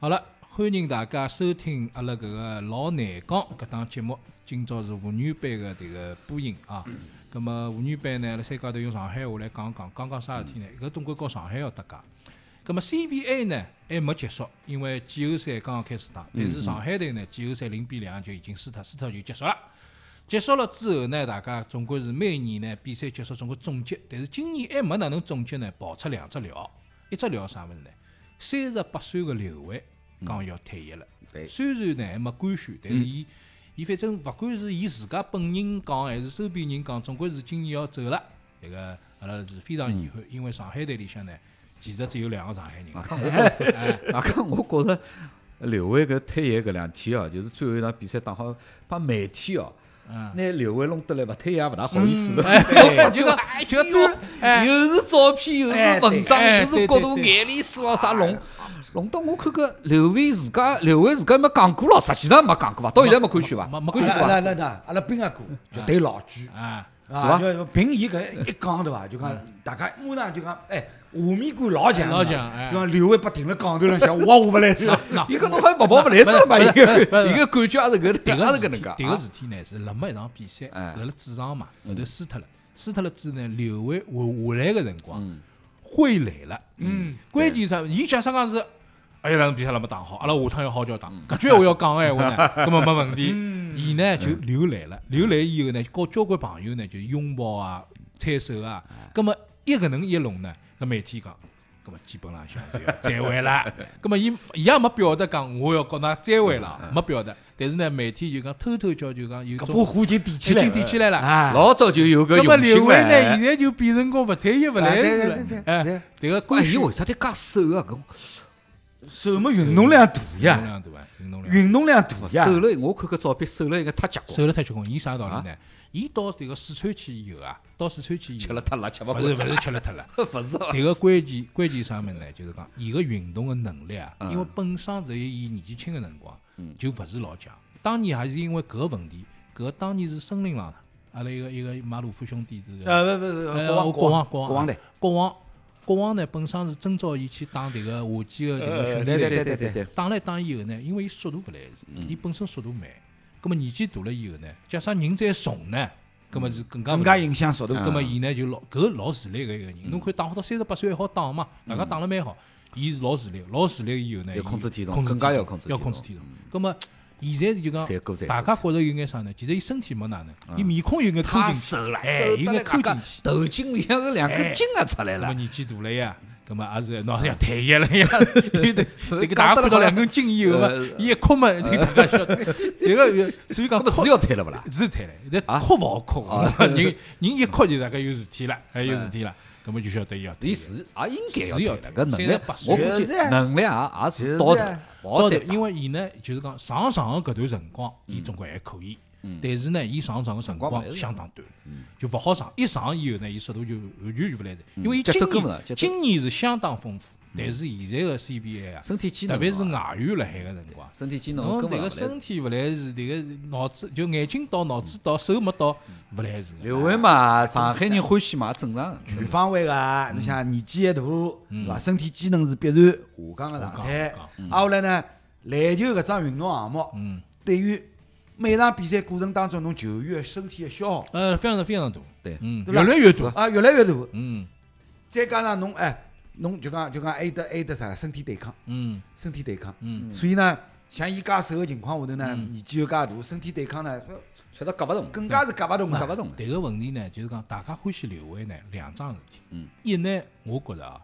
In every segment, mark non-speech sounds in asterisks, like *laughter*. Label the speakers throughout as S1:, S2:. S1: 好了，欢迎大家收听阿拉搿个老难讲搿档节目。今朝是妇女版的迭个播音啊。葛么妇女版呢，辣三高头用上海话来讲讲，讲讲啥事体呢？搿总归和上海要搭界。葛么 CBA 呢还没结束，因为季后赛刚刚开始打，但是上海队呢季后赛零比两就已经输脱，输脱就结束了。结束了之后呢，大家总归是每年呢比赛结束总归总结，但是今年还没哪能总结呢，跑出两只料，一只料啥物事呢？三十八岁的刘伟讲要退役了，
S2: 对
S1: 虽然呢还没官宣，但是伊伊反正勿管是伊自家本人讲还是周边人讲，总归是今年要走了。迭个阿拉是非常遗憾，因为上海队里向呢，其实只有两个上海人。
S2: *laughs* 外加啊我觉着刘伟搿退役搿两天哦，就是最后一场比赛打好，把媒体哦，拿刘伟弄得来勿退役也勿大好意思了。
S1: 哎， *laughs* 就讲就讲多，哎，
S2: *laughs* 又是照片，又
S1: 哎
S2: 是
S1: 对
S2: 文章，
S1: 哎
S2: 又
S1: 对对
S2: 是角度、
S1: 对
S2: 眼力士咯啥弄，弄到我看搿刘伟自家，刘伟自家没讲过咯，实际上没讲过伐？到现在没官宣伐？
S1: 没没
S2: 官宣
S1: 看
S2: 伐？
S3: 阿拉那那阿拉兵阿哥就对老句，
S1: 啊，
S2: 吧
S3: 啊，就凭伊搿一讲对伐？就讲大家马上就讲，哎，画面感老强，
S1: 老
S3: 对
S1: 强
S3: 伐
S1: 哎
S3: 就讲刘伟被停辣杠头浪向，我也下勿来，对伐？
S1: 那
S2: 伊搿侬好像勿跑勿来着嘛？
S1: 不
S2: 伊
S1: 是不是不
S2: 个
S1: 是
S2: 伊个感觉也是搿
S1: 迭事体
S2: 能，也是搿能介。
S1: 迭个事体呢是辣么一场比赛，
S2: 哎嗯
S1: 辣辣主场嘛，后头输脱了，输脱了之后呢，刘伟下下来个辰
S2: 嗯
S1: 光，挥泪了。嗯，关键是啥？伊假使讲是。哎呀，两场比赛了没打好，阿拉下趟要好叫打。
S3: 嗯
S1: 搿句闲话要讲个闲
S3: *laughs*
S1: 话呢，根本没问题。伊呢就
S3: 嗯
S1: 流泪了，流泪以后呢，和交关朋友呢就拥抱啊、搀手啊。葛么一搿能一弄呢，那媒体讲，葛么基本浪向是要再会
S3: *laughs*
S1: 了。葛么伊伊也没表达讲我要告㑚再会了，没表达。但是呢，媒体就讲偷偷叫就讲有
S3: 嗯搿
S1: 种
S3: 把火已经点
S1: 已
S3: 起来
S1: 经
S3: 了，
S1: 提起来了。哎
S3: 啊，
S2: 老早就有搿
S1: 葛么
S2: 用
S1: 刘
S2: 心
S1: 伟呢，现
S2: 了。
S1: 在就变成讲勿退役勿来事
S3: 啊对对
S1: 了
S3: 对。
S1: 哎
S3: 对，
S1: 迭个
S2: 哎
S1: 关，系
S2: 伊为啥体介瘦啊？搿
S3: 手么运动量大
S1: 运动
S3: 呀，
S1: 量对伐？运动量。
S3: 运动量大呀，
S2: 瘦了，我看搿照片瘦了应该太结棍，
S1: 瘦了太结棍，伊啥道理呢？伊到迭个四川去以后啊，到四川去以
S2: 吃
S1: 后，
S2: 了太辣，吃勿
S1: 勿
S2: 惯
S1: 是。勿是吃了脱了。
S2: 勿是啊，
S1: 迭个关键关键啥物事呢？就是讲伊个运动个能力啊，因为本身在伊年纪轻个辰光，就勿是老强。当年还是因为搿个问题，搿当年是森林狼，阿拉一个一个马鲁夫兄弟是个，
S3: 呃，不不不，
S1: 呃国
S3: 国王
S1: 王
S3: 国
S1: 国王
S3: 王队，
S1: 国王国王呢本身是征召伊去打迭个夏季个迭个训
S2: 对
S1: 练队
S2: 对对对对对，
S1: 打来打以后呢，因为伊速度勿来事，
S2: 嗯
S1: 伊本身速度慢，葛么年纪大了以后呢，加上人再怂呢，葛么是
S2: 嗯
S1: 更加
S3: 更
S1: 勿
S3: 加
S1: 来
S3: 影响速度，
S2: 啊
S1: 葛么伊呢就老搿老自律个一个
S2: 嗯
S1: 人，侬看打到三十八岁还好打嘛，大家打了蛮好，伊是老自律，老自律以后呢，伊
S2: 要控制体重
S1: 控制
S2: 更加
S1: 体
S2: 要
S1: 重
S2: 控制
S1: 要
S2: 体嗯
S1: 控制
S2: 重
S1: 体重。葛么现在就讲
S2: 帅哥帅，哥
S1: 大家觉着有眼啥呢？其实伊身体没哪能，
S2: 啊
S1: 伊面孔有眼抠
S2: 太
S1: 进去
S2: 瘦了，，
S1: 哎，
S2: 瘦
S1: 有
S2: 得
S1: 眼
S2: 来
S1: 抠
S2: 搿
S1: 进去。
S2: 个
S1: 哎
S2: 头颈里向搿两根筋也出来
S1: 葛么
S2: 了，
S1: 年纪大了呀，
S2: 嗯
S1: 葛么也是喏要退役了呀，
S2: *laughs*
S1: 对对，这个大
S2: 讲
S1: 家看
S2: 得
S1: 到
S2: 好
S1: 两根筋以后嘛
S2: 呃，
S1: 伊一哭嘛，就大家
S2: *laughs*
S1: 晓得，迭个所以讲
S2: 搿么
S1: 哭
S2: 是要退了勿啦？啊哦
S1: 是退了，但哭勿好哭，人人一哭就大概有事体了，哎有事体了，葛么就晓得伊要退
S2: 伊
S1: 役。
S2: 是也应该
S1: 是要
S2: 要退
S1: 退
S2: 了，搿能
S1: 三
S2: 力
S1: 十八岁
S2: 我估计
S3: 就是啊
S2: 能力也
S3: 就
S2: 也
S3: 是是
S2: 到头
S3: 啊
S2: 了，勿好再
S1: 高头因为伊呢，就是讲上场个搿段辰光，伊总归还可以，但是呢，伊上场个辰
S2: 嗯辰光勿
S1: 光
S2: 是
S1: 相当短，
S2: 嗯
S1: 就勿好上。一上以后呢，伊速度就完全就勿来着，因为伊
S2: 节奏
S1: 今
S2: 跟勿上
S1: 年
S2: 节奏嗯
S1: 今年是相当丰富，但是现在个 CBA 啊，
S2: 身体机能
S1: 特别是
S2: 啊
S1: 外援辣海个辰光，
S2: 身体机能
S1: 侬
S2: 跟勿
S1: 迭
S2: 上
S1: 个
S2: 来。
S1: 身体勿来事，迭个脑子就眼睛到脑子到手没到
S2: 嗯
S1: 勿来事个。
S2: 刘伟嘛，上海人欢喜嘛，正常。
S3: 全方位个，侬想年纪一大，对伐？身体机能是必然下降个
S1: 下
S3: 状
S1: 降
S3: 态
S1: 下降。
S3: 啊，后来呢，篮球搿桩运动
S1: 嗯
S3: 项目，对于每场比赛过程当中侬球员身体个消耗，
S1: 呃，非常非常大，
S2: 对
S1: 嗯，
S3: 对
S1: 越
S3: 吧
S1: 来越大，
S3: 啊，越来越大。
S1: 嗯
S3: 再加上侬哎，侬就讲就讲还有得还有得啥？身体对抗，
S1: 嗯
S3: 身体对抗。
S1: 嗯，
S3: 所以呢，像伊介瘦个情况下头呢，年纪又介大，身体对抗呢，
S2: 晓得夹勿动，
S3: 更加是夹勿
S1: 嗯
S3: 动啊
S2: 夹
S3: 个。
S2: 勿动。
S1: 迭个问题呢，就是讲大家欢喜刘伟呢，两桩事体。
S2: 嗯，
S1: 一呢，我觉着啊，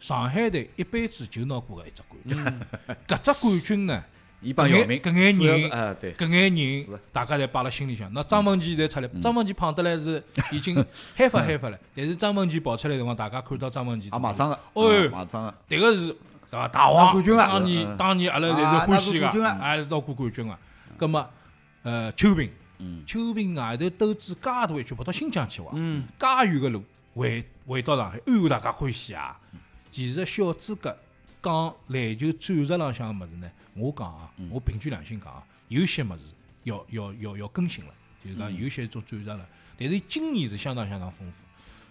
S1: 上海队一辈子就拿过搿一只冠
S2: 嗯
S1: 军，搿只冠军
S2: *laughs*
S1: 呢，
S2: 伊帮姚明，
S1: 搿眼
S2: 主要是
S1: 人
S2: 啊，对，
S1: 搿眼人
S2: 是嗯
S1: 大家侪摆辣心里向。那张文琪侪出来，张文琪胖得来是已经 *laughs* 嗨法嗨法了，但是张文琪跑出来辰光，大家看到张文琪，
S2: 也买账个，
S1: 哎
S2: 嗯啊买账个，
S1: 迭个是对伐？大王
S3: 拿冠军了啊
S1: 当年当年阿拉侪是欢喜个，
S3: 啊拿过冠军了
S1: 哎，拿过冠军个。葛末呃，邱平，邱平外头兜子介大一圈，跑到新疆去啊玩，介远个路回回到上海，哎呦，大家欢喜啊！其实小资格讲篮球战术浪向个物事呢，我讲啊，我凭据良心讲啊，有些物事要要要要更新了，就是讲有些做战术了，但是今年是相当相当丰富。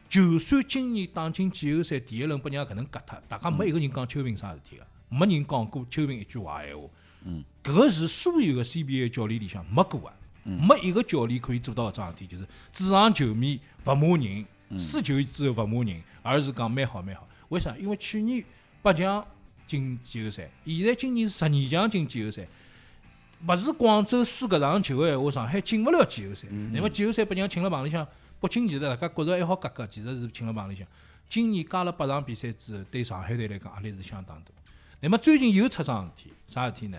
S1: 就算今年打进季后赛第一轮被人家搿能割脱，大家没一个人讲邱平啥事体个，啊没人讲过邱平一句坏闲话。嗯，搿个是所有个 CBA 教练里向没过个，没一个教练可以做到搿桩事体，就是主场球迷勿骂人，输球之后勿骂人，而是讲蛮好蛮好。为啥？因为去年八强进季后赛，现在今年是十二强进季后赛。勿是广州输搿场球个闲话，上海进勿了季后赛。
S2: 嗯
S1: 那么季后赛八强请了棚里向，北京其实大家觉着还好格格，其实是请了棚里向。今年加了八场比赛之后，对上海队来讲压力是相当大。那么最近又出桩事体，啥事体呢？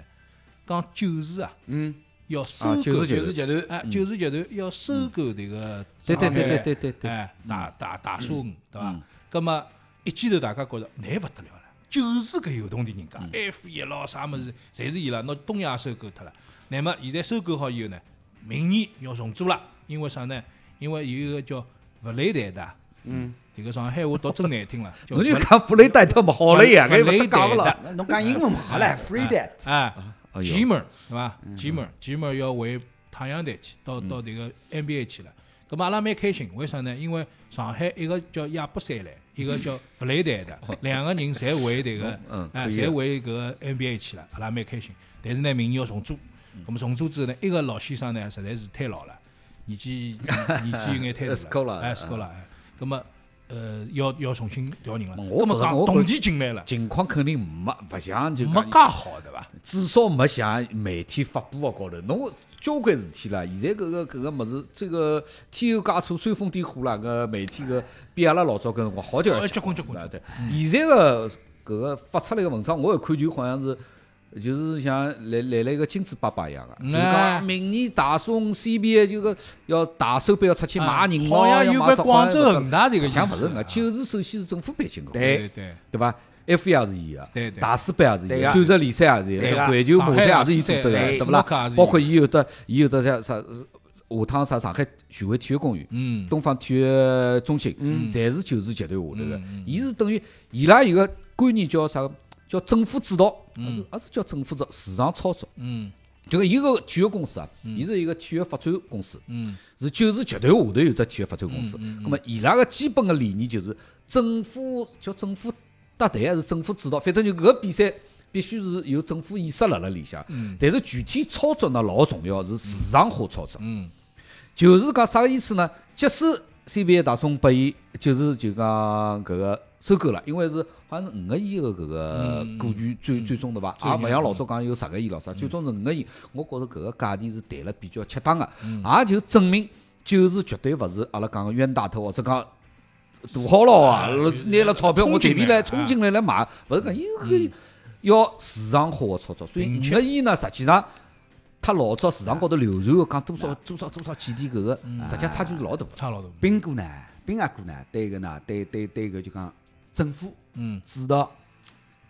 S1: 讲九市啊，
S3: 嗯，
S1: 要收购
S2: 啊
S3: 九
S2: 九十嗯
S3: 市集团，
S1: 哎，九市集团要收购这个
S2: 对对
S1: 上海
S2: 对对对对对
S1: 哎，大大大鲨鱼，对伐？葛么一记头大家觉着，难勿得了了，就是搿有动的人家，F 一咯啥物事，侪是伊拉拿东亚收购脱了。那么现在收购好以后呢，明年要重组了，因为啥呢？因为有一个叫弗雷代的，
S3: 嗯，
S1: 迭个上海话读真难听了，叫
S2: 侬就
S1: 弗
S2: 讲布雷戴特勿好了呀，
S1: 弗
S2: 搿勿
S1: 雷
S2: 得讲
S1: 戴
S2: 了。
S1: 的
S3: 那侬讲英文嘛，好嘞，free that，
S1: 啊哎，
S2: 哎呦嗯
S1: Gmer 对伐？Gmer Gmer 要回太阳队去，到到迭个 NBA 去了。咁啊嘛，阿拉蛮开心，为啥呢？因为上海一个叫亚布塞来，一个
S2: *laughs*
S1: 叫弗雷代的，两个人侪回迭个
S2: 哦嗯，
S1: 哎，
S2: 可以
S1: 侪
S2: 啊
S1: 回搿个 NBA 去了，阿拉蛮开心。但是呢，明年要重组，
S2: 嗯
S1: 咁么重组之后呢，一个老先生呢，实在是太老了，年
S2: *laughs*
S1: 纪年纪有眼太大
S2: Scholar，
S1: 了，哎
S2: 嗯
S1: ，scholar，哎，咁么呃，要要重新调人了。
S2: 我
S1: 咁么啊
S2: 觉得
S1: 讲
S2: 我觉
S1: 同
S2: 得
S1: 期进来了，
S2: 情况肯定没勿像就
S1: 没
S2: 讲
S1: 介好对伐？
S2: 至少没像媒体发布个高头，侬交关事体啦。现在搿个搿个物事，这个添油加醋、煽风点火啦，搿媒体个比阿拉老早搿辰光好点
S1: 呃
S2: 儿
S1: 结哎棍结嗯棍
S2: 啊对，现在个搿个发出来个文章，我一看就好像是。就是像来来了一个金子爸爸一样的，啊
S1: 嗯
S2: 就是
S1: 哎
S2: 讲明年大宋 CBA 就个要大手笔要出去买人
S1: 啊哎好
S2: 哦，
S1: 像
S2: 要
S1: 有
S2: 买
S1: 个
S2: 只
S1: 广州
S2: 好像
S1: 恒大这个
S2: 实际上
S1: 意
S2: 勿
S1: 思
S2: 是搿
S1: 啊
S2: 就是首先是政府背景个，
S1: 对对。
S2: 对伐？F 也是伊个
S1: 对，对
S2: 大师杯也是
S3: 对
S2: 伊
S3: 个
S2: 个，九十联赛也是伊
S3: 对
S2: 个，
S3: 个
S2: 环球马赛也是伊组
S1: 上
S2: 织个，
S1: 海啊
S2: 对
S1: 斯
S2: 勿
S1: 诺克也
S2: 啦
S1: 是伊？
S2: 包括伊有的，伊有的像啥下趟啥上海徐汇体育公园、
S1: 嗯，
S2: 东方体育中心，侪是九市集团下头个。
S1: 嗯
S2: 伊是等于伊拉有个观念叫啥？叫政府主导，还是叫政府主导市场操作？
S1: 嗯
S2: 就讲伊个体育公司啊，伊是一个体育发展公司，
S1: 嗯
S2: 是九市集团下头有只体育发展公司。那么伊拉个基本个理念就是政府叫政府搭台还是政府主导，反正就搿个比赛必须是有政府意识辣辣里向。但是具体操作呢老重要，是市场化操作。
S1: 嗯
S2: 就是讲啥个意思呢？即使 CBA 大松拨伊，就是就讲搿个收购了，因为是好像是五个亿个搿个股权最嗯最终对伐？
S1: 最
S2: 也
S1: 终
S2: 勿像老早讲有十个亿老啥，最终是五个亿。我觉着搿个价钿是谈了比较恰当个，也就证明就是绝对勿是阿拉讲个冤大头或者讲。大好佬啊
S1: 啊就是，
S2: 拿了钞票，
S1: 冲
S2: 我随
S1: 进
S2: 便
S1: 来
S2: 来冲进来嗯来买，勿是讲，伊是搿要市场化个操作，所以
S1: 并
S2: 五
S1: 且
S2: 个亿呢，实际上他老早市场高头流传个讲多少多少多少几点搿个，实际上差距是老大。
S1: 差老大。
S3: 斌哥呢，斌阿哥呢，对个呢，对对对个就讲政府
S1: 嗯
S3: 主导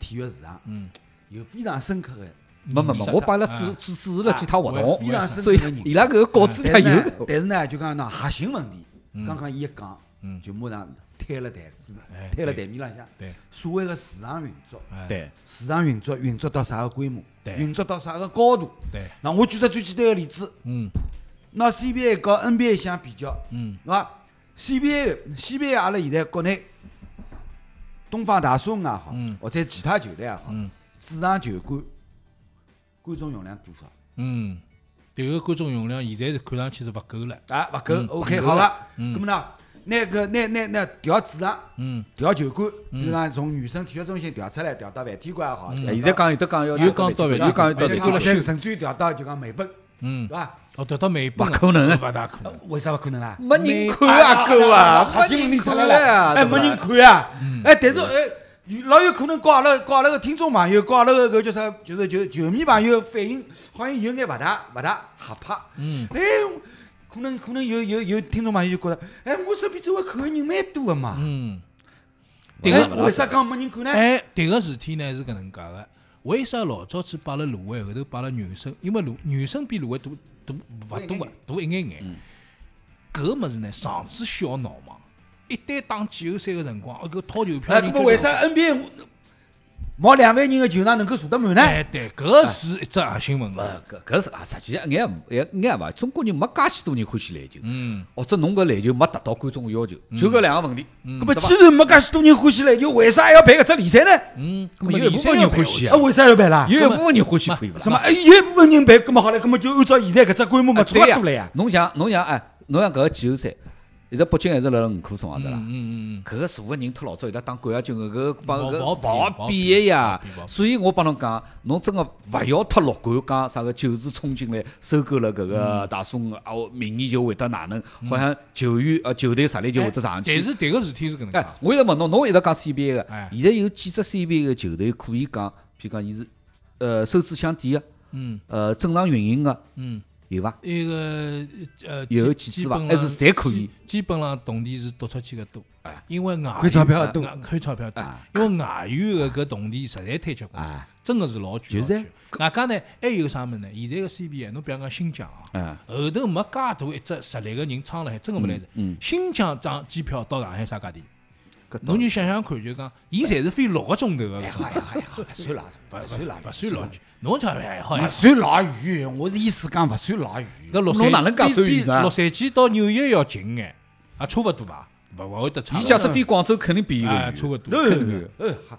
S3: 体育市场
S1: 嗯，
S3: 有非常深刻的
S2: 没没没，我帮伊拉主主主持了几趟活
S1: 我
S2: 动
S3: 非常，深
S2: 所
S3: 刻
S2: 以
S3: 的认
S2: 伊
S3: 识。
S2: 拉搿
S1: *laughs*
S2: 个稿子
S3: 但
S2: 他
S3: 是呢
S2: 有。
S3: 但是呢，就讲喏，核心问题，刚刚伊一讲
S1: 嗯，
S3: 就马上摊了台子
S1: 哎，
S3: 摊了台面浪向。
S1: 对，
S3: 所谓个市场运作，
S1: 哎
S2: 对，
S3: 市场运作运作到啥个规模，
S1: 对
S3: 运作到啥个高度？
S1: 对，
S3: 那我举只最简单个例子，
S1: 嗯
S3: 拿 CBA 和 NBA 相比较，
S1: 嗯
S3: 对伐？CBA CBA 阿拉现在国内东方大松也好
S1: 嗯，
S3: 或者其他球队也好，
S1: 嗯
S3: 主场球馆观众容量多少？
S1: 嗯，迭个观众容量现在是看上去是勿够了。
S3: 啊，勿够
S1: 嗯
S3: ，OK，
S1: 够
S3: 好
S1: 了
S3: 了，咁么呢？拿个拿拿拿调主场，
S1: 嗯，嗯
S3: 调球馆，比如讲从女生体育中心调出来，调到万体馆也好，调
S2: 现
S3: 到哎
S2: 在讲有的讲要
S1: 有讲到
S2: 有
S1: 有
S2: 哎讲有
S1: 到
S2: 到
S1: 这
S2: 这
S1: 个
S2: 个
S1: 了
S3: 而且甚至于调到就讲美本，
S1: 嗯
S3: 对，伐？
S1: 哦，得到美不
S2: 不可能啊
S1: 勿大可能。
S3: 为啥勿可能啊？
S2: 没人看啊，哥啊，没人
S3: 出
S2: 看
S3: 来了，
S2: 啊，
S3: 哎，
S2: 对不
S3: 没
S2: 啦
S3: 人看啊，
S2: 嗯
S3: 哎，但是哎。有老有可能跟阿拉跟阿拉个听众朋友，跟阿拉个搿叫啥，就是球球迷朋友反应好像有眼勿大勿大合拍。
S1: 嗯，
S3: 哎，可能可能有有有听众朋友就觉得，哎，我身边周围看个人蛮多个嘛，
S1: 嗯，迭
S3: 哎，
S1: 个
S3: 为啥讲没人看呢？
S1: 哎，迭个事体呢是搿能介个。为啥老早子摆辣芦苇，后头摆辣女生？因为芦女生比芦苇大大勿多个，啊大一眼嗯眼。搿个物事呢，上至小闹忙，一旦打季后赛个辰光，搿个掏球票
S3: 哎，
S1: 人
S3: 那
S1: 就
S3: 么为啥 NBA 毛两万人个球场能够坐得满呢？
S1: 哎，对，搿是一只核心问题。
S2: 搿搿是啊，实际一眼也一眼伐，中国人没介许多人欢喜篮球，
S1: 嗯，
S2: 或者侬搿篮球没达到观众个要求，就搿两个问题。
S3: 搿嗯么既然没介许多人欢喜篮球，为啥还要办搿只联赛呢？
S1: 嗯，
S2: 搿
S1: 搿
S2: 么有一部分人欢喜
S3: 啊，为啥要办啦？
S2: 有一部分人欢喜可以勿啦
S3: 什？么？哎，有一部分人办，搿么好了，搿么就按照现在搿只规模嘛，
S2: 啊
S3: 差
S2: 对
S3: 勿
S2: 呀
S3: 多了呀。
S2: 侬像侬像哎，侬像搿个季后赛，现在北京还是辣辣五棵松上头啦。
S1: 嗯嗯
S2: 搿个坐个人特老早伊拉打冠亚军个，搿帮
S1: 勿
S2: 搿
S1: 勿好比勿好
S2: 好
S1: 比
S2: 比呀
S1: 勿好比勿好。比
S2: 所以我帮侬讲，侬真个勿要太乐观，讲啥个球市冲进来收购了搿
S1: 嗯
S2: 个大松啊，我明年就会得哪能？好像球员呃球队实力就
S1: 嗯，
S2: 会得上去。
S1: 但是迭个事体是搿能
S2: 哎
S1: 介，，
S2: 我一直问侬，侬一直讲 CBA 个
S1: 哎，
S2: 现在有几只 CBA 个球队可以讲，譬如讲伊是呃收支相抵个，
S1: 嗯
S2: 呃正常运营个，
S1: 嗯，
S2: 有伐？
S1: 一个呃，
S2: 有
S1: 基
S2: 几
S1: 基
S2: 支伐
S1: 本
S2: 还
S1: 上
S2: 是侪可以
S1: 基基本上同地是独出去个多，因为外
S3: 亏钞票
S1: 援
S3: 多
S1: 外亏钞票多
S2: 啊，
S1: 因为外援个搿同地实在太结棍了，
S2: 啊，
S1: 真个是老贵。
S2: 就是
S1: 老贵外加呢，还有啥物事呢？现在个 CBA，侬比方讲新疆啊，
S2: 嗯
S1: 后头没介大一只实力个人撑辣海，真个勿来事。
S2: 嗯，
S1: 新疆张机票到上海啥价钿？
S2: 搿
S1: 侬就想想看，就讲伊侪是飞六个钟头个，
S3: 哎呀哎呀，勿算啦，
S1: 勿
S3: 勿
S1: 算
S3: 算
S1: 老
S3: 啦，
S1: 勿算老贵，侬讲还好
S3: 勿
S1: 呀。
S3: 算老远。我是意思讲，勿算老远。
S1: 搿洛
S2: 侬
S1: 杉
S2: 哪能介
S1: 比
S2: 算
S1: 比
S2: 远呢
S1: 洛杉矶到纽约要近眼，啊，差勿多伐？勿勿会得差
S2: 伊
S1: 勿
S2: 假
S1: 多。
S2: 使飞广州，肯定比伊个
S1: 啊，
S2: 远
S1: 差。勿
S3: 那
S1: 多。
S3: 呃，呃哈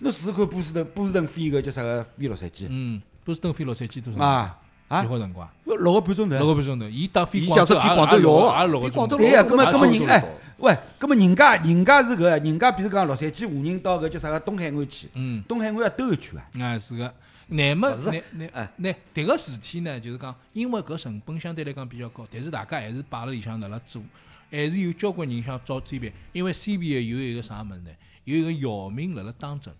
S3: 侬试试看波士顿，波士顿飞一个叫啥个飞洛杉矶
S1: 嗯，波士顿飞洛杉矶多少？
S3: 啊
S1: 几
S3: 啊，
S1: 号辰光？
S3: 六个半钟
S1: 六
S3: 头。
S1: 个半钟头，伊搭飞
S2: 伊
S1: 广
S2: 假
S1: 州
S2: 使
S1: 也
S2: 飞
S1: 也
S2: 广州
S1: 六个
S2: 要
S1: 也六个
S2: 飞
S1: 钟
S2: 广
S1: 头
S2: 州。
S3: 对呀，搿么
S2: 啊
S3: 搿么
S2: 差不
S3: 人
S2: 多
S3: 哎，喂，搿么人家人家是搿个，人家比如讲洛杉矶华人到搿叫啥个东海岸去，
S1: 嗯，
S3: 东海岸要兜一圈啊。
S1: 啊是个。乃么
S2: 勿是
S1: 乃乃
S2: 哎
S1: 乃迭个事体呢，就是讲，因为搿成本相对来讲比较高，但是大家还是摆辣里向辣辣做，还是有交关人想找 CBA，因为 CBA 有一个啥物事呢？有一个姚明辣辣当政。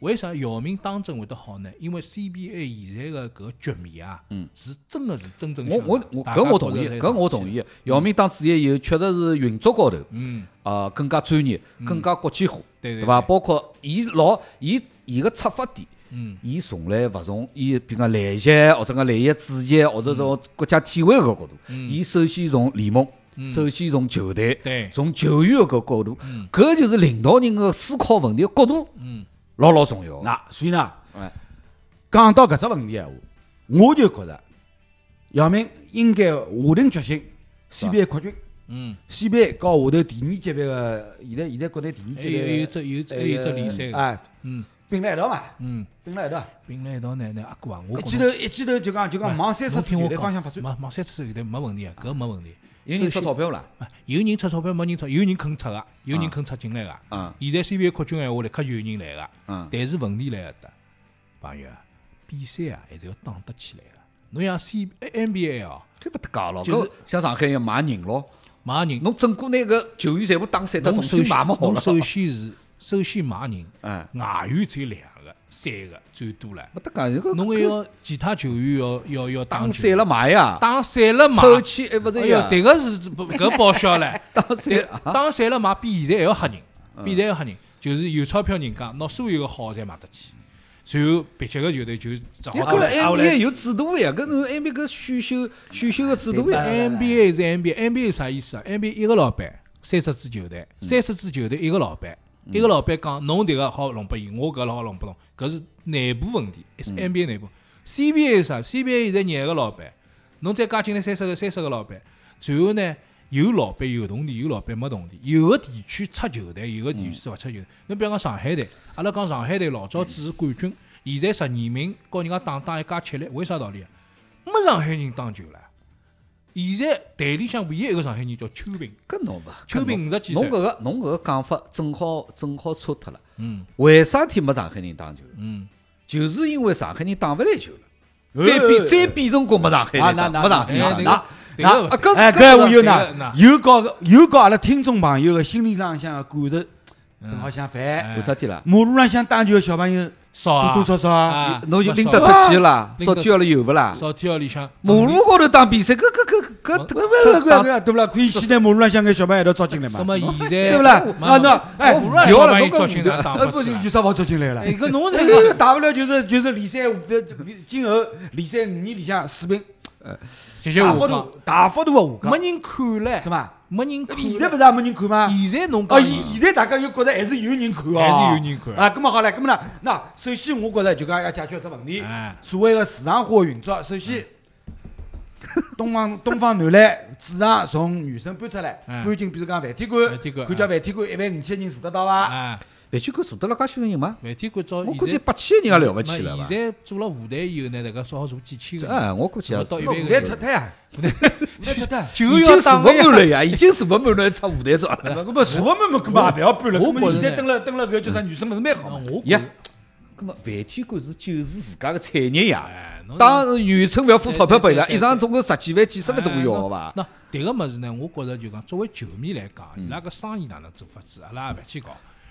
S1: 为啥姚明当政会得好呢？因为 CBA 现在个搿局面啊，嗯，是真个是真正
S2: 我
S1: 向
S2: 我
S1: 上
S2: 我，
S1: 大
S2: 搿
S1: 家
S2: 我
S1: 觉
S2: 同
S1: 着
S2: 意
S1: 侪，
S2: 搿我
S1: 上
S2: 同
S1: 去
S2: 意。姚明当主席以后，确实是运作高头
S1: 嗯，
S2: 啊更加专业，更加国际化，
S1: 对对
S2: 对伐？
S1: 对
S2: 包括伊老伊伊个出发点，
S1: 嗯，
S2: 伊从来勿从伊比如讲篮协或者讲篮协主席或者
S1: 嗯
S2: 从国家体委搿角度，伊首先从联盟，首先从球队，
S1: 嗯对
S2: 从球员搿角度
S1: 嗯，
S2: 搿就是领导人个思考问题个角度，
S1: 嗯，
S2: 老老重要。
S3: 那所以呢
S2: 哎，
S3: 讲到搿只问题闲话，我就觉着姚明应该下定决心，CBA 扩军
S1: 嗯，
S3: ，CBA 搞下头第二级别个，现在现在国内第二
S1: 还
S3: 级
S1: 有还有
S3: 别
S1: 只有只
S3: 个
S1: 还有只联赛
S3: 呃
S1: 个，
S3: 哎，
S1: 嗯
S3: 并辣一道嘛，
S1: 嗯，
S3: 并辣一道，
S1: 并辣一道呢，那阿哥啊，我
S2: 哎
S1: 觉
S3: 一记
S1: 着
S3: 头一记头就讲就
S2: 啊
S3: 讲往三十
S1: 侬听啊
S3: 球
S1: 我
S3: 队
S1: 讲，
S3: 方向发展，
S1: 往往三十岁后头没问题啊，搿没问题。
S2: 有人出钞票啦，
S1: 啊，有人出钞票，没人出，有人肯出个，有人肯出进来个。
S2: 啊
S1: 现在 CBA 扩军闲话，立刻就有人来个。
S2: 嗯
S1: 但是问题来了的，朋友啊，比赛啊还是要打得起来个。侬像 C NBA 哦，
S2: 搿勿得讲咯，
S1: 就
S2: 搿
S1: 是
S2: 像上海要买人咯。
S1: 买人，
S2: 侬整个那个球员全部打散脱，
S1: 侬
S2: 重
S1: 首
S2: 新
S1: 先
S2: 买没好
S1: 侬
S2: 了。
S1: 首先是首先买人，
S2: 哎，
S1: 外援只有两个、三个最多了。
S2: 没得讲，这个
S1: 侬还要其他球员要要要打
S2: 打
S1: 散
S2: 散了，买啊呀，
S1: 打散了嘛？
S2: 抽签还不
S1: 啊哎
S2: 是
S1: 呦
S2: 呀，？啊
S1: 迭个是不搿报销
S2: *laughs*
S1: 唻。
S2: 打散
S1: 对
S2: 了，
S1: 打散了买比现在还要吓人，
S2: 嗯
S1: 比现在还要吓人，就是有钞票人家拿所有个好侪买得起，然后别级个球队就只
S2: 哎
S1: 好打
S2: 搿个
S1: 挨下
S2: NBA
S1: 来。
S2: 有制度呀，搿侬 NBA 搿选秀选秀个制度呀。
S1: 哎 NBA 是 NBA，NBA 啥意思啊？NBA 一个老板，三十支球队，三十支球队一个老板，一个老板讲侬迭个好弄拨伊，我搿个好弄拨侬，搿是内部问题，是 NBA 内部。CBA 是啥？CBA 现在廿个老板，侬再加进来三十个三十个老板，随后呢，有老板有同地，有老板没同地，有个地区出球队，有个地区是勿出球队。侬比方讲上海队，阿拉讲上海队老早子是冠军，现在十二名和人家打打一家吃力，为啥道理啊？没上海人打球了。现在队里向唯一一个上海人叫邱平，
S2: 搿侬勿，
S1: 邱平五十几
S2: 侬
S1: 岁
S2: 搿，个侬搿个讲法正好正好错脱了。
S1: 嗯
S2: 为啥体没上海人打球？
S1: 嗯，
S2: 就是因为上海人打勿来球了。
S3: 哎
S2: 再比再比中国没上海
S3: 啊，
S2: 人
S3: 那那
S2: 打，没上海
S1: 哎
S2: 人
S1: 那
S2: 打
S1: 个。迭
S3: 那那
S1: 个
S2: 啊，搿
S3: 哎，
S2: 搿
S3: 搿我
S1: 这个
S3: 有呢
S1: 那，
S3: 有搞个有搞阿拉听众朋友个心理浪向个感受，正好相反。
S1: 哎
S2: 为啥体啦？
S3: 马路浪向打球个小朋友
S1: 少啊
S3: 多多少少啊，
S1: 啊，
S2: 侬就拎
S1: 得
S2: 得出啊去啦，
S1: 拎
S2: 少
S1: 得
S2: 天号里有勿啦？
S1: 少天号里向
S2: 马路高头打比赛，搿搿搿搿
S3: 勿勿勿
S2: 搿
S3: 勿，对勿啦？可以先拿马路浪向个小朋友一道招进来嘛
S1: 那，么现在
S3: 对勿啦？啊那哎，
S1: 我不
S3: 有
S1: 晓
S2: 晓
S1: 得
S2: 得
S1: 把伊
S2: 侬
S1: 招进
S2: 搿
S1: 来打不
S3: 哎不
S2: 五个
S1: 起来
S3: 有啥好招进来了
S1: 哎，？搿侬
S3: 哎
S1: 这个
S3: 大不了就是就是联赛，今后联赛五年里向水平
S1: 谢谢
S3: 大
S1: 下
S3: 幅
S1: 降，
S3: 度大幅度的下
S1: 没
S3: 降，
S1: 人看嘞
S3: 是，伐？
S1: 没人看嘞。
S3: 现在勿是也没人看吗？
S1: 现在侬
S3: 哦，
S1: 讲，
S3: 现现在大家又觉得还是有人看哦，
S1: 嗯还是有人看
S3: 啊。咁么好唻，咁么呢？那首先我觉着就讲要解决只问题
S1: 哎，
S3: 所谓个市场化运作，首先。
S1: 嗯
S3: 东方 *laughs* 东方男篮主场从女生搬出来，
S1: 嗯
S3: 搬进比如讲饭店
S1: 饭店
S3: 馆，
S1: 馆
S3: 看叫饭店馆一万五千人坐得到啊哦伐？
S1: 哎，
S2: 饭圈馆坐得了介许多人吗？
S1: 饭店馆早
S2: 我
S1: 现
S2: 估计
S1: 在
S2: 八千个人也了不起了
S1: 没
S2: 吧？
S1: 现在做了舞台以后呢，大家只好做几千个人。
S2: 哎，我估计也是
S1: 到一
S3: 那
S1: 万
S3: 舞
S1: 个
S3: 台
S1: 人
S3: 撤退啊，
S1: 就要
S3: 舞台撤退。
S2: 已经坐
S1: 打
S2: 不满了呀，已经坐不满了，还出舞台照了。
S1: *laughs*
S3: 那么什么 *laughs* 么，搿么也勿要搬了。
S1: 我
S3: 搿么现
S1: 觉着啊
S3: 在蹲了蹲了搿就是女生勿是蛮好嘛？
S1: 我
S2: 呀
S1: 觉，
S2: 那么饭店馆是就是自家的产业呀。
S1: 哎，侬
S2: 当然，远村勿要付钞票拨伊拉，
S1: 对对对
S2: 一场总共十几万、几十万都会要
S1: 个
S2: 个伐？
S1: 哎那迭个物事呢，我觉着就讲作为球迷来讲，
S2: 嗯
S1: 伊拉个生意哪能做法子，阿拉也勿去搞。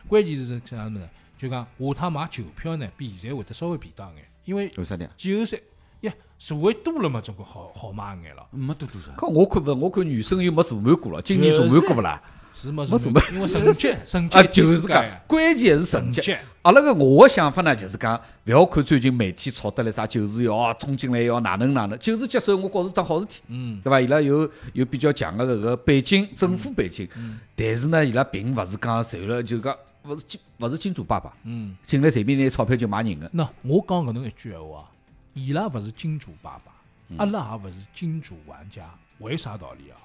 S1: 关键是啥物事呢？就讲下趟买球票呢，比现在会得稍微便当眼，因为
S2: 有啥呢？
S1: 季后赛呀座位多了嘛，总归好好买眼了。
S3: *laughs* 没多多少。
S2: 讲我看勿，我看女生又没坐满过了，今年坐满过勿啦？
S1: 是没
S2: 没
S1: 什
S2: 什
S1: 么
S2: 么，
S1: 因为成绩成绩
S2: *laughs* 啊，就是
S1: 世界
S2: 讲
S1: 呀，
S2: 关键是成
S1: 成
S2: 绩
S1: 绩。
S2: 阿拉个我个想法呢，就是讲，勿要看最近媒体炒得来啥九十要啊冲进来要哪能哪能，九十接受我觉着桩好事体，
S1: 嗯，
S2: 对伐？伊拉有有比较强个搿个背景，政府背景，但是呢，伊拉并勿是讲受了就讲勿是金勿是金主爸爸，
S1: 嗯，
S2: 进来随便拿钞票就买人个，
S1: 那我讲搿能一句闲话啊，伊拉勿是金主爸爸，阿拉也勿是金主玩家，为啥道理啊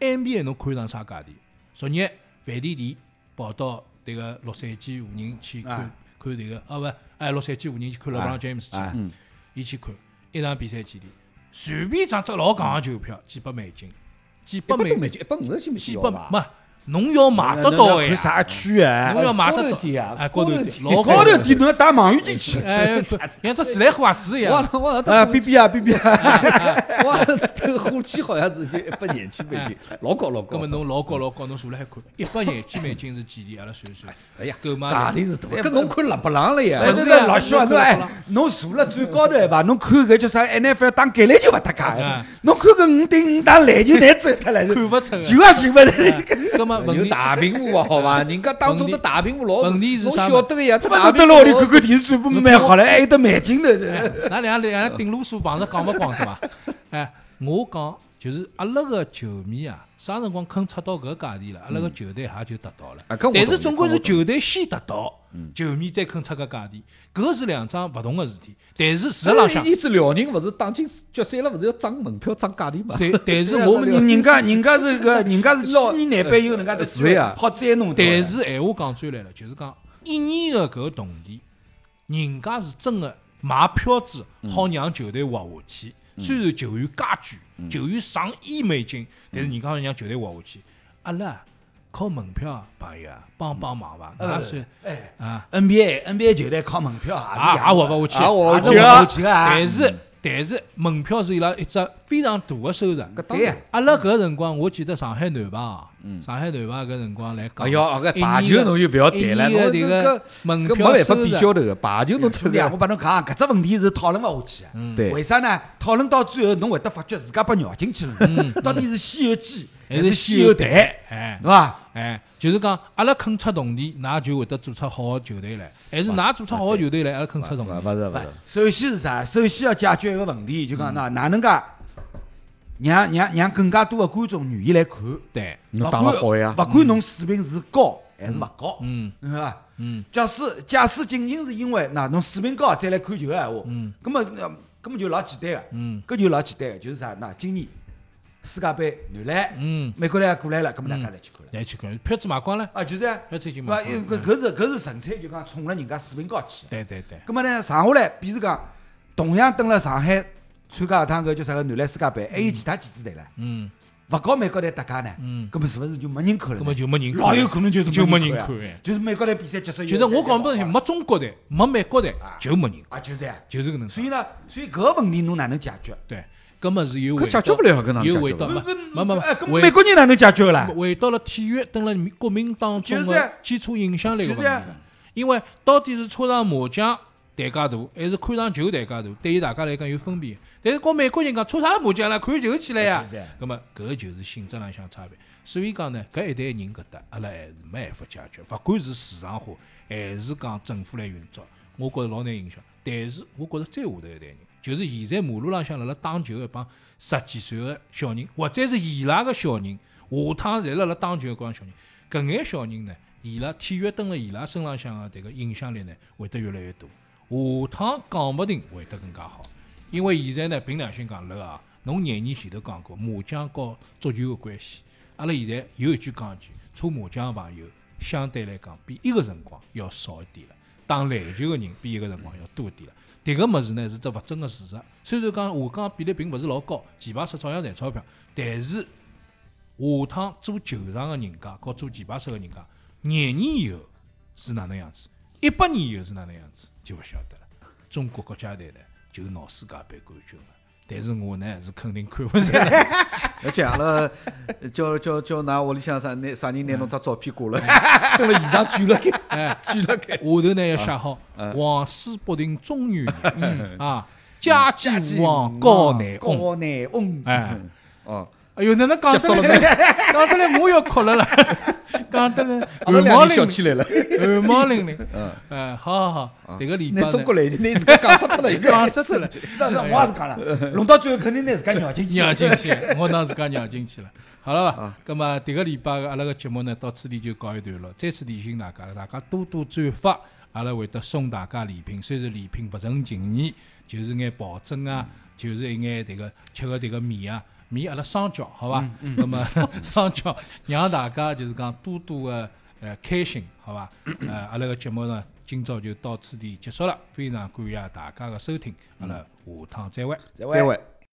S1: ？NBA 侬看上啥价钿？昨日范迪迪跑到迭个洛杉矶湖人去看
S3: 啊
S1: 看迭个啊勿哎洛杉矶湖人去看勒布朗
S3: 啊
S1: James
S3: 啊
S1: 去，伊去看一场比赛几钿？随便一张只老戆个球票几百美金，几百
S2: 一百多
S1: 美
S2: 美金，一百五十金美
S1: 几
S2: 金
S1: 百
S2: 要伐？
S1: 没，侬要买得到个
S3: 看
S1: 呀。
S3: 啥区啊？
S1: 侬要买得
S2: 高头
S1: 到
S2: 点啊
S1: 哎，高头
S2: 高头
S1: 点，
S2: 点
S1: 老
S3: 高
S1: 高
S3: 头点侬要带望远镜
S1: *laughs*
S3: 去。
S2: *laughs*
S1: 哎，像只自来花子一
S2: 我
S1: 样。
S2: 我我
S3: 啊，B B 啊，B B 啊，
S2: 我这个火气好像是就一百廿几美金，老高老
S1: 葛
S2: 高
S1: 么。侬老高老高，侬坐辣海看，一百廿几美金是几钿？阿拉算
S2: *laughs*
S1: 算，
S2: 哎呀，
S1: 够吗
S2: 大力是大，
S3: 哎
S2: 搿侬看勒布朗了呀
S3: 哎，
S1: 不
S3: 对
S1: 是呀啊
S3: 对，老
S1: 是呀
S3: 肖，
S1: 是
S3: 侬
S1: 呀
S3: 哎
S1: 是呀，
S3: 侬坐了最高头一排，侬看搿叫啥 N F L 打橄榄球勿搭界
S1: 嗯，
S3: 侬看搿五对五打篮球侪走脱了，
S1: 看勿出个
S3: 球也寻勿
S1: 嗯
S3: 着。
S1: 葛
S2: *laughs*
S1: 么问
S2: 有
S1: 题，
S2: 大屏幕啊，好伐？人家当中的大屏幕老，
S1: 问题是
S2: 侬
S1: 啥
S2: 晓得个呀，这
S3: 我侬
S2: 大屏
S3: 蹲
S2: 幕
S3: 辣屋里看看电视转播蛮好了，还有得慢镜头
S1: 哎
S3: 的。
S1: 㑚两个两个顶啰嗦碰着讲勿光对伐？哎，我讲就是阿拉个球迷啊，啥辰光肯出到搿价钿了，阿拉个球队也就达到了。
S2: 嗯啊搿我
S1: 但
S2: 同
S1: 是
S2: 意
S1: 总归
S2: 搿
S1: 是
S2: 我嗯同
S1: 球队先达到，球迷再肯出个价钿，搿是两桩勿同个事体。但是事实浪向
S2: *laughs* 哎，一直辽宁勿是打进决赛了，勿是要涨门票涨价钿嘛？
S1: 谁但是
S2: 哎
S3: 是
S1: 我
S3: 我
S1: 们
S3: 们人人家人家是个人家是千年难板有人
S1: 呃
S3: 家的
S2: 是的
S1: 啊
S2: 呀
S3: 好栽侬的。
S1: 但是闲话讲转来了，就是讲一年的搿个动田，人家是真的买票子，好让球队活下去。虽然球员加巨，球员上亿美金，但是人家好让球队活下去。阿拉靠门票啊，朋友啊，帮帮忙伐？
S3: 呃
S1: 啊，是
S3: 哎
S1: 啊，
S3: NBA NBA 球队靠门票
S1: 也
S3: 啊，
S1: 也活勿下去，
S2: 也活
S3: 不下去
S1: 也活
S3: 也活不下去啊
S1: 但是但是门票是伊拉一只非常大的收入。
S3: 对呀，
S1: 阿拉搿辰光，我记得上海南排啊，
S3: 嗯
S1: 上海南排搿辰光来讲，
S2: 哎呀，啊个
S1: 一
S2: 排
S1: 年
S2: 球
S1: 的
S2: 侬就勿要谈了，
S1: 一年
S2: 侬
S1: 的
S2: 这
S1: 迭
S2: 个
S1: 个门
S2: 搿没
S1: 票
S2: 办
S1: 收
S2: 法
S1: 入
S2: 比较头个，排球侬
S3: 兄
S2: 推
S3: 弟啊，我
S2: 个，
S3: 帮侬讲，搿只问题是讨论勿下去的。
S2: 对
S3: 为啥呢？讨论到最后，侬会得发觉自家被绕进去了。 *laughs* 到底是先有鸡
S1: 还
S3: 嗯是
S1: 是
S3: 先
S1: 先
S3: 有
S1: 有
S3: 蛋，
S1: 蛋
S3: 对
S1: 哎
S3: 伐？
S1: 哎，就是讲阿拉肯出铜钿，㑚就会得做出好的球队来；还是㑚做出好的球队来，阿拉肯出铜
S2: 勿
S1: 钿。
S2: 勿是勿
S3: 不
S2: 是，
S3: 首先是啥？首先要解决一个问题，就讲哪哪能介让让让更加多的观众愿意来看。
S1: 对，
S2: 侬打了好呀
S3: 勿，管侬水平是高还是勿高，
S1: 嗯
S3: 是伐？
S1: 嗯，
S3: 假使假使仅仅是因为那侬水平高再来看球个闲话，
S1: 嗯，
S3: 咁么呃咁么就老简单个，
S1: 嗯
S3: 搿就老简单个，就是啥？那今年世界杯男篮，
S1: 嗯，
S3: 美国队也过来了，咁么大家侪去看了，
S1: 来去看票子买光了，
S3: 啊，就是啊，
S1: 票子已经
S3: 对
S1: 买
S3: 伐？
S1: 光
S3: 因
S1: 了
S3: 为搿。搿是搿是纯粹就讲冲了人家水平高去的。
S1: 对对对，
S3: 咁么呢，剩下来，比如讲，同样蹲辣上海参加一趟搿叫啥个男篮世界杯，还有其他几支队唻，
S1: 嗯，
S3: 勿搞美国队搭界呢，
S1: 嗯
S3: 咁么是勿是就没人看了
S1: 根
S3: 呢？
S1: 本就没人看，
S3: 老有可能就是
S1: 就没
S3: 人
S1: 人
S3: 看
S1: 看
S3: 啊
S1: 哎。
S3: 就是美国队比赛结束以
S1: 就
S3: 后，
S1: 是我讲拨侬听，没中国队，没美国队
S3: 啊，
S1: 就没人看，
S3: 啊，就是啊。
S1: 就是搿能
S3: 所
S1: 介。
S3: 以呢，所以搿个问题侬哪能解决？
S1: 对，搿么是有
S2: 搿
S1: 回
S2: 解决不
S1: 到，
S3: 啊
S2: 了搿哪能
S1: 有
S2: 解
S1: 味
S2: 决
S1: 道
S2: 勿
S1: 不
S2: 了？
S1: 不没没没
S3: 哎搿
S1: 为
S3: 美国人哪能解决个啦？
S1: 回到了体育等了民国民党中
S3: 就是啊
S1: 的基础影响力个问
S3: 就是啊
S1: 题，因为到底是搓上麻将代价大，还是看上球代价大，对于大家来讲有分别。但是跟美国人讲搓啥麻将啦，看球去了呀
S3: 就是啊。
S1: 那么搿就是性质浪向差别。所以讲呢，搿一代人搿搭，阿拉还是没办法解决，勿管是市场化还是讲政府来运作，我觉着老难影响。但是我觉着再下头一代人，就是现在马路浪向辣辣打球一帮十几岁个小人，或者是伊拉个小人，下趟侪辣辣打球一帮小人。搿眼小人呢，伊拉体育蹲辣伊拉身浪向个迭个影响力呢，会得越来越大。下趟讲勿定会得更加好，因为现在呢，凭良心讲，了啊，侬廿年前头讲过麻将和足球个关系，阿拉现在有一句讲一句，搓麻将个朋友相对来讲比一个辰光要少一点了，打篮球个人比一个辰光要多一点了。迭个物事呢是只勿争个事实，虽然讲下降比例并勿是老高，棋牌室照样赚钞票，但是下趟做球场个人家和做棋牌室个人家，廿年以后是哪能样子，一百年以后是哪能样子，就勿晓得了。中国国家队呢，就拿世界杯冠军了，但是我呢是肯定看勿上
S2: *laughs*
S1: 了。
S2: 而且阿拉呃叫叫叫，㑚屋里向啥拿啥人拿侬张照片挂了，蹲了现场举了盖，
S1: *laughs* 哎，
S2: 举了 *laughs* 盖。
S1: 下头呢要写好
S2: 啊
S1: 王师北定中
S2: *laughs*
S1: 原
S2: 嗯
S1: 人啊，家祭王高难翁。
S3: 哎高难翁，
S1: 哎，
S2: 哦，
S1: 哎呦，哪能讲得来？讲得来，我要哭
S2: *laughs*
S1: 了啦！讲得来，
S2: 阿拉
S1: 汗
S2: 两
S1: 毛
S2: 人笑
S1: 淋
S2: 起来了。
S1: 淋，汗毛淋淋。
S2: 嗯，
S1: 哎，好好好，迭个礼拜
S2: 拿
S1: 呢
S2: 中国，来，拿自家讲死脱了，一个。
S1: *laughs* 讲死脱了，
S3: 那那我也是讲了，弄到最后肯定拿自家
S1: *laughs*
S3: 绕进去。啊
S1: 绕进去，
S3: *laughs*
S1: 我当自家绕进去了。好了吧，咁么迭个礼拜个阿拉个节目呢，到此地就告一段落。再次提醒大家，大家多多转发，阿拉会得送大家礼品。虽然礼品不成情义，就是眼保证啊，
S3: 嗯
S1: 就是一眼迭个吃个迭个米啊，米阿拉双交，好伐？
S3: 嗯
S1: 那么 *laughs* 双交，让大家就是讲多多个呃开心，好
S3: *coughs*
S1: 伐？呃，阿拉个节目呢，今朝就到此地结束了，非常感谢大家个收听，阿拉下趟再会。
S2: 再会。